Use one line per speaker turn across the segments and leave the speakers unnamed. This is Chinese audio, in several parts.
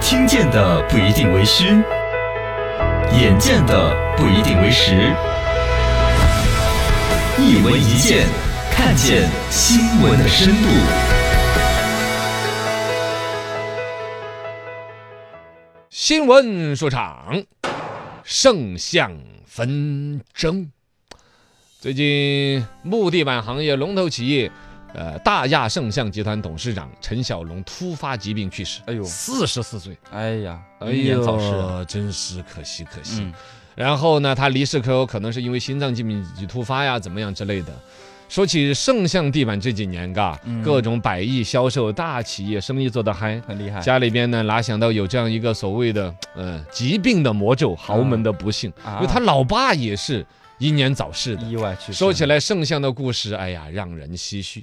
听见的不一定为虚，眼见的不一定为实。一闻一见，看见新闻的深度。
新闻说场，圣象纷争。最近，木地板行业龙头企业，呃，大亚圣象集团董事长陈小龙突发疾病去世，
哎呦
四十四岁，
哎呀，
哎
英年早逝啊。
呦，真是可惜可惜。
嗯，
然后呢，他离世可有可能是因为心脏疾病及突发呀，怎么样之类的。说起圣象地板这几年，嘎，
嗯
各种百亿销售，大企业生意做得嗨，
很厉害。
家里边呢，哪想到有这样一个所谓的呃疾病的魔咒，豪门的不幸，
啊
因为他老爸也是英年早逝的。
意外去世
说起来，圣象的故事，哎呀，让人唏嘘。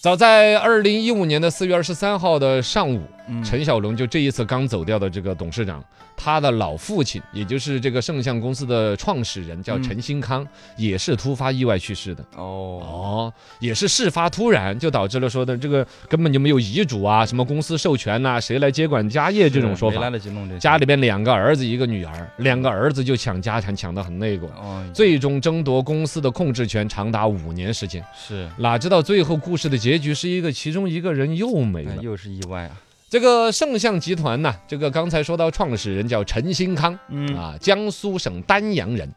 早在二零一五年的四月二十三号的上午，
嗯
陈小龙就这一次刚走掉的这个董事长，他的老父亲，也就是这个圣象公司的创始人，叫
嗯
陈新康，也是突发意外去世的。
哦，
哦，也是事发突然，就导致了说的这个根本就没有遗嘱啊，什么公司授权呐、谁来接管家业这种说
没
法
来。得及弄这些
家里边两个儿子一个女儿，两个儿子就抢家产抢得很那个，
哦，
最终争夺公司的控制权长达五年时间。
是
哪知道最后故事的结局是一个其中一个人又没
哎
了。
又是意外啊。
这个圣象集团呐、这个刚才说到创始人叫陈新康，
嗯，
啊，江苏省丹阳人。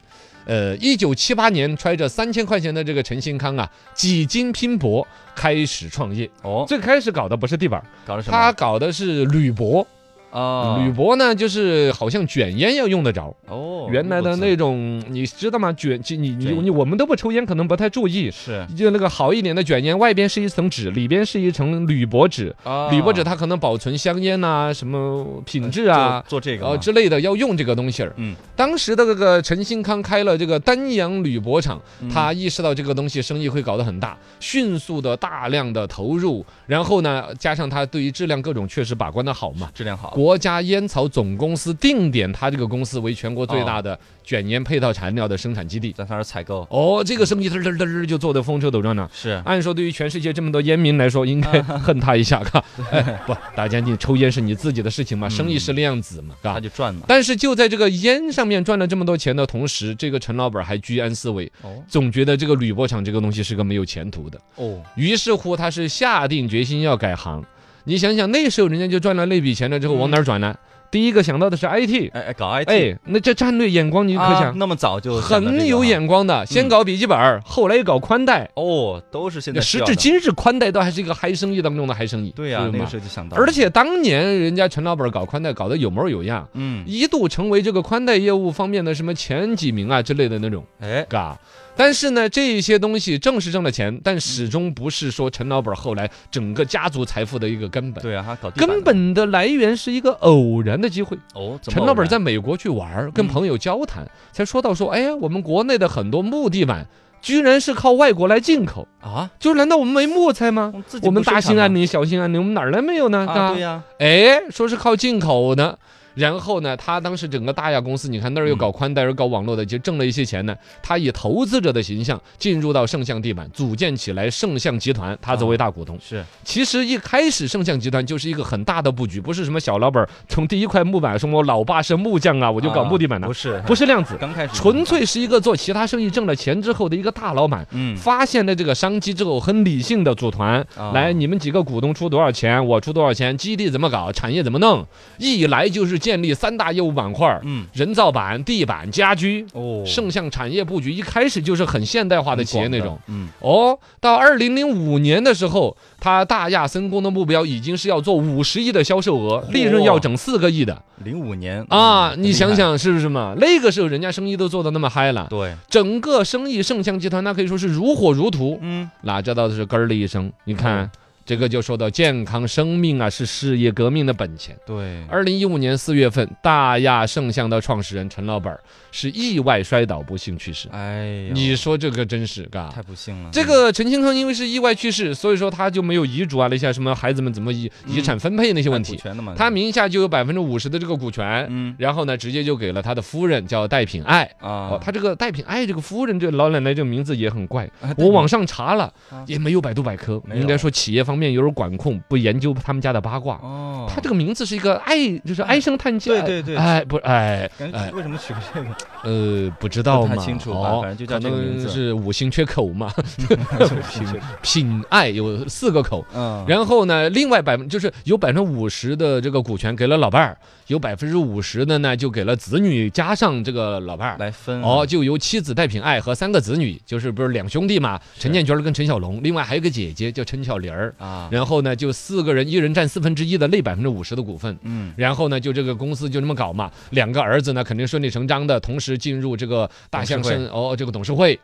呃，一九七八年，揣着三千块钱的这个陈新康啊，几经拼搏开始创业。
哦，
最开始搞的不是地板儿，
搞了什
他
么？
搞的是铝箔。
哦，
铝箔呢，就是好像卷烟要用得着。
哦，
原来的那
个
种，你知道吗？卷你你
卷
你我们都不抽烟，可能不太注意。
是
就那个好一点的卷烟，外边是一层纸，里边是一层铝箔纸。
啊
铝箔纸它可能保存香烟呐、什么品质啊，
就做这个
呃
嘛
之类的要用这个东西儿。
嗯，
当时的这个陈新康开了这个丹阳铝箔厂，
嗯
他意识到这个东西生意会搞得很大，迅速的大量的投入，然后呢，加上他对于质量各种确实把关的好嘛。
质量好，
国家烟草总公司定点他这个公司为全国最大
啊
的卷烟配套材料的生产基地。
在那儿采购啊
哦，这个生意嘚儿嘚儿嘚儿就做得风车斗转呢。
是
按说，对于全世界这么多烟民来说，应该恨他一下，嘎。哎，不，大家你抽烟是你自己的事
嗯
情嘛，生意是那样子嘛，嘎
他。就赚嘛。
但是就在这个烟上面赚了这么多钱的同时，这个陈老板还居安思危，
哦
总觉得这个铝箔厂这个东西是个没有前途的。
哦，
于是乎，他是下定决心要改行。你想想，那时候人家就赚了那笔钱了，之后
嗯
往哪儿转呢？第一个想到的是 IT，
哎哎，搞 IT，
哎，那这战略眼光你可
啊
想，
那么早就想到这个
很有
哈
眼光的。先搞笔记本儿，后来又搞宽带，
哦，都是现在需
时
要
至
的
今日，宽带都还是一个嗨生意当中的嗨生意。
对呀，
是
那
吗
个时候就想到了，
而且当年人家陈老板搞宽带搞得有模有样。
嗯，
一度成为这个宽带业务方面的什么前几名啊之类的那种，
哎
嘎。但是呢，这些东西正是挣了钱，但始终不是说陈老板后来整个家族财富的一个根本。
对啊，他搞地板
根
的
本的来源是一个偶然的机会。
哦，怎么
陈老
偶
板
然
在美国去玩儿，跟
嗯
朋友交谈，才说到说，哎呀，我们国内的很多木地板居然是靠外国来进口，
啊，
就是难道我们没木材吗？
自己
我们
不生
大
产
兴安
吗
岭、小兴安岭，我们哪儿来没有呢？嘎
啊，对呀，
哎，说是靠进口呢。然后呢，他当时整个大亚公司，你看那儿又搞宽带，又搞网络的，就挣了一些钱呢。他以投资者的形象进入到圣象地板，组建起来圣象集团，他作为大股东。
是
其实一开始圣象集团就是一个很大的布局，不是什么小老板儿从第一块木板说我老爸是木匠啊，我就搞
啊
木地板呢
不，是
不是那样子，
刚开始
纯粹是一个做其他生意挣了钱之后的一个大老板。
嗯
发现了这个商机之后，很理性的组团，
啊
来，你们几个股东出多少钱，我出多少钱，基地怎么搞，产业怎么弄，一来就是建立三大业务板块儿：
嗯
人造板、地板、家居。
哦
圣象产业布局一开始就是很现代化的
很
企业
广
那
的
种
嗯
哦。到二零零五年的时候，它大亚森工的目标已经是要做五十亿的销售额，利润要整四个亿的
零五年
啊！
嗯
你
很厉
想
害
想是不是嘛？那个时候人家生意都做得那么嗨了，
对
整个生意圣象集团那可以说是如火如荼，
嗯
哪知道的是咯儿的一声，你看。这个就说到健康生命啊，是事业革命的本钱。
对
二零一五年四月份，大亚圣象的创始人陈老板儿是意外摔倒，不幸去世。
哎呦
你说这个真是嘎
太。不幸了
这
嗯
个陈清康因为是意外去世，所以说他就没有遗嘱啊，那些什么孩子们怎么遗遗产分配那些
按嗯
问
哎股
题，
权的嘛
他名下就有百分之五十的这个股权，
嗯
然后呢，直接就给了他的夫人叫戴品爱。
啊
哦，他这个戴品爱这个夫人这老奶奶这个名字也很怪，
啊对
我网上查了
啊，
也没有百度百科，
没有
应该说企业方面有点管控，不研究他们家的八卦。
哦，哎
他这个名字是一个唉，就是唉声叹气。
对对对
哎，不，哎，
感
哎
觉，为什么取个这个？
呃，不知道
不
嘛，
太清楚吧
哦
反正就叫这个
可能
名字
是五行缺口嘛，
品
品爱有四个口。
嗯，
然后呢，另外百分就是有百分之五十的这个股权给了老伴儿，有百分之五十的呢就给了子女，加上这个老伴儿。
来分
哦，，就由妻子戴品爱和三个子女，就是不是两兄弟嘛，陈建军儿跟陈小龙，另外还有个姐姐叫陈巧玲儿。
啊，
然后呢，就四个人，一人占四分之一的那百分之五十的股份。
嗯，
然后呢，就这个公司就这么搞嘛，两个儿子呢肯定顺理成章的同时进入这个大象
董
生哦这个董事会。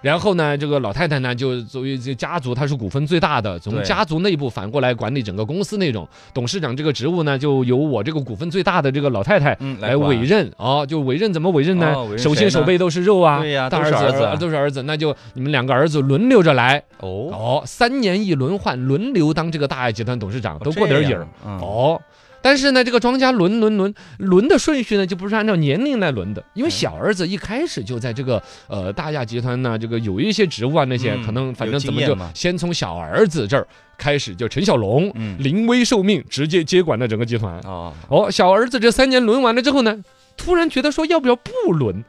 然后呢，这个老太太呢，就作为这家族，她是股份最大的，从
对
家族内部反过来管理整个公司那种。董事长这个职务呢，就由我这个股份最大的这个老太太
嗯来
来
管
委任哦，就委任怎么委任呢
哦委？任
手心
谁
手
呢
背都是肉啊，
对呀
大
都
儿
是
子
儿子
儿都是儿子，那就你们两个儿子轮流着来
哦，
哦，三年一轮换，轮流当这个大爱集团董事长，都过点
哦这
瘾
样
儿。，
嗯
哦，但是呢，这个庄家轮轮轮轮的顺序呢，就不是按照年龄来轮的，因为
嗯
小儿子一开始就在这个呃大亚集团呢，这个有一些职务啊那些，
嗯
可能反
有
正怎
经
么
验
就
嘛
先从小儿子这儿开始，就陈小龙
嗯，
临危受命，直接接管了整个集团。
哦，
哦，小儿子这三年轮完了之后呢。突然觉得说要不要不轮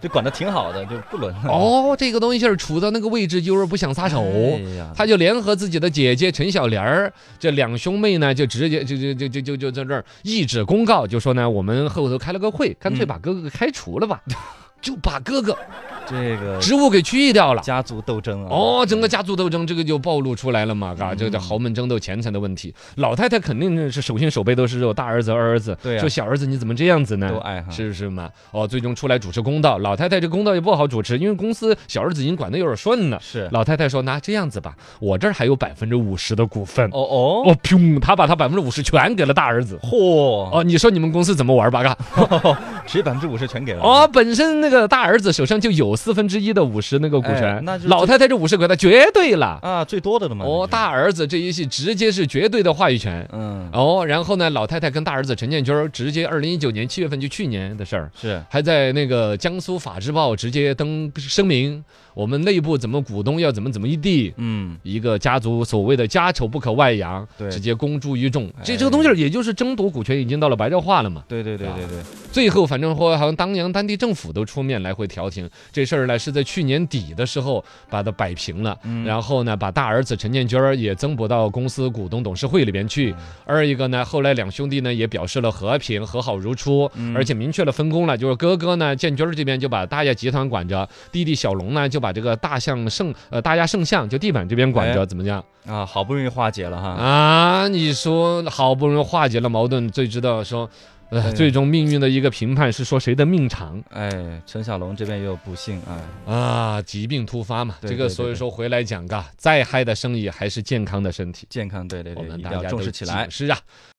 就管的挺好的，就不轮了。
哦，这个东西儿处到那个位置就是不想撒手，
哎呀，
他就联合自己的姐姐陈小莲儿，这两兄妹呢，就直接就就就就就就在这儿一纸公告，就说呢，我们后头开了个会，干脆
嗯
把哥哥给开除了吧，就把哥哥
这个
职务给去掉了。
家族斗争啊，
哦，整个家族斗争这个就暴露出来了嘛，嘎，
嗯
这个叫豪门争斗钱财的问题。老太太肯定是手心手背都是肉，大儿子二儿子，
对啊
说小儿子你怎么这样子呢？
都爱哈，
是不是嘛？哦，最终出来主持公道，老太太这公道也不好主持，因为公司小儿子已经管得有点顺了。
是，
老太太说：“那这样子吧，我这儿还有百分之五十的股份。”
哦哦，
哦，砰！他把他百分之五十全给了大儿子。
嚯，
哦，你说你们公司怎么玩吧？嘎，
直接百分之五十全给了，
哦，本身那个大儿子手上就有四分之一的五十那个股权，
哎那就是
老太太这五十给他绝对了。
啊，最多的了嘛，
哦，
这是，
大儿子这一系直接是绝对的话语权。
嗯，
哦，然后呢，老太太跟大儿子陈建军儿直接二零一九年七月份就去年的事儿，
是，
还在那个江苏法制报直接登声明，我们内部怎么股东要怎么怎么一地，
嗯，
一个家族所谓的家丑不可外扬，
对
直接公诸于众。这
哎
这个东西儿也就是争夺股权已经到了白热化了嘛。
对对对对对，
最后反正说好像当阳当地政府都出面来回调停这事儿呢，是在去年底的时候把它摆平了。
嗯，
然后呢，把大儿子陈建军儿也增补到公司股东董事会里边
嗯
去。二一个呢，后来两兄弟呢也表示了和平，和好如初，
嗯
而且明确了分工了，就是哥哥呢，建军儿这边就把大亚集团管着，弟弟小龙呢就把这个大象圣呃大亚圣象就地板这边管着，
哎
怎么样
啊，好不容易化解了哈，
啊？你说好不容易化解了矛盾，最知道说。呃，
对
最终命运的一个评判是说谁的命长
哎，陈小龙这边也有不幸，哎，
啊，疾病突发嘛。
对
这个
对对
所以
对
说回来啊讲，嘎，再嗨的生意还是健康的身体。
健康，对对
我
对，
们
一
大
定要
家
重
都
视起
谨
来。
是啊，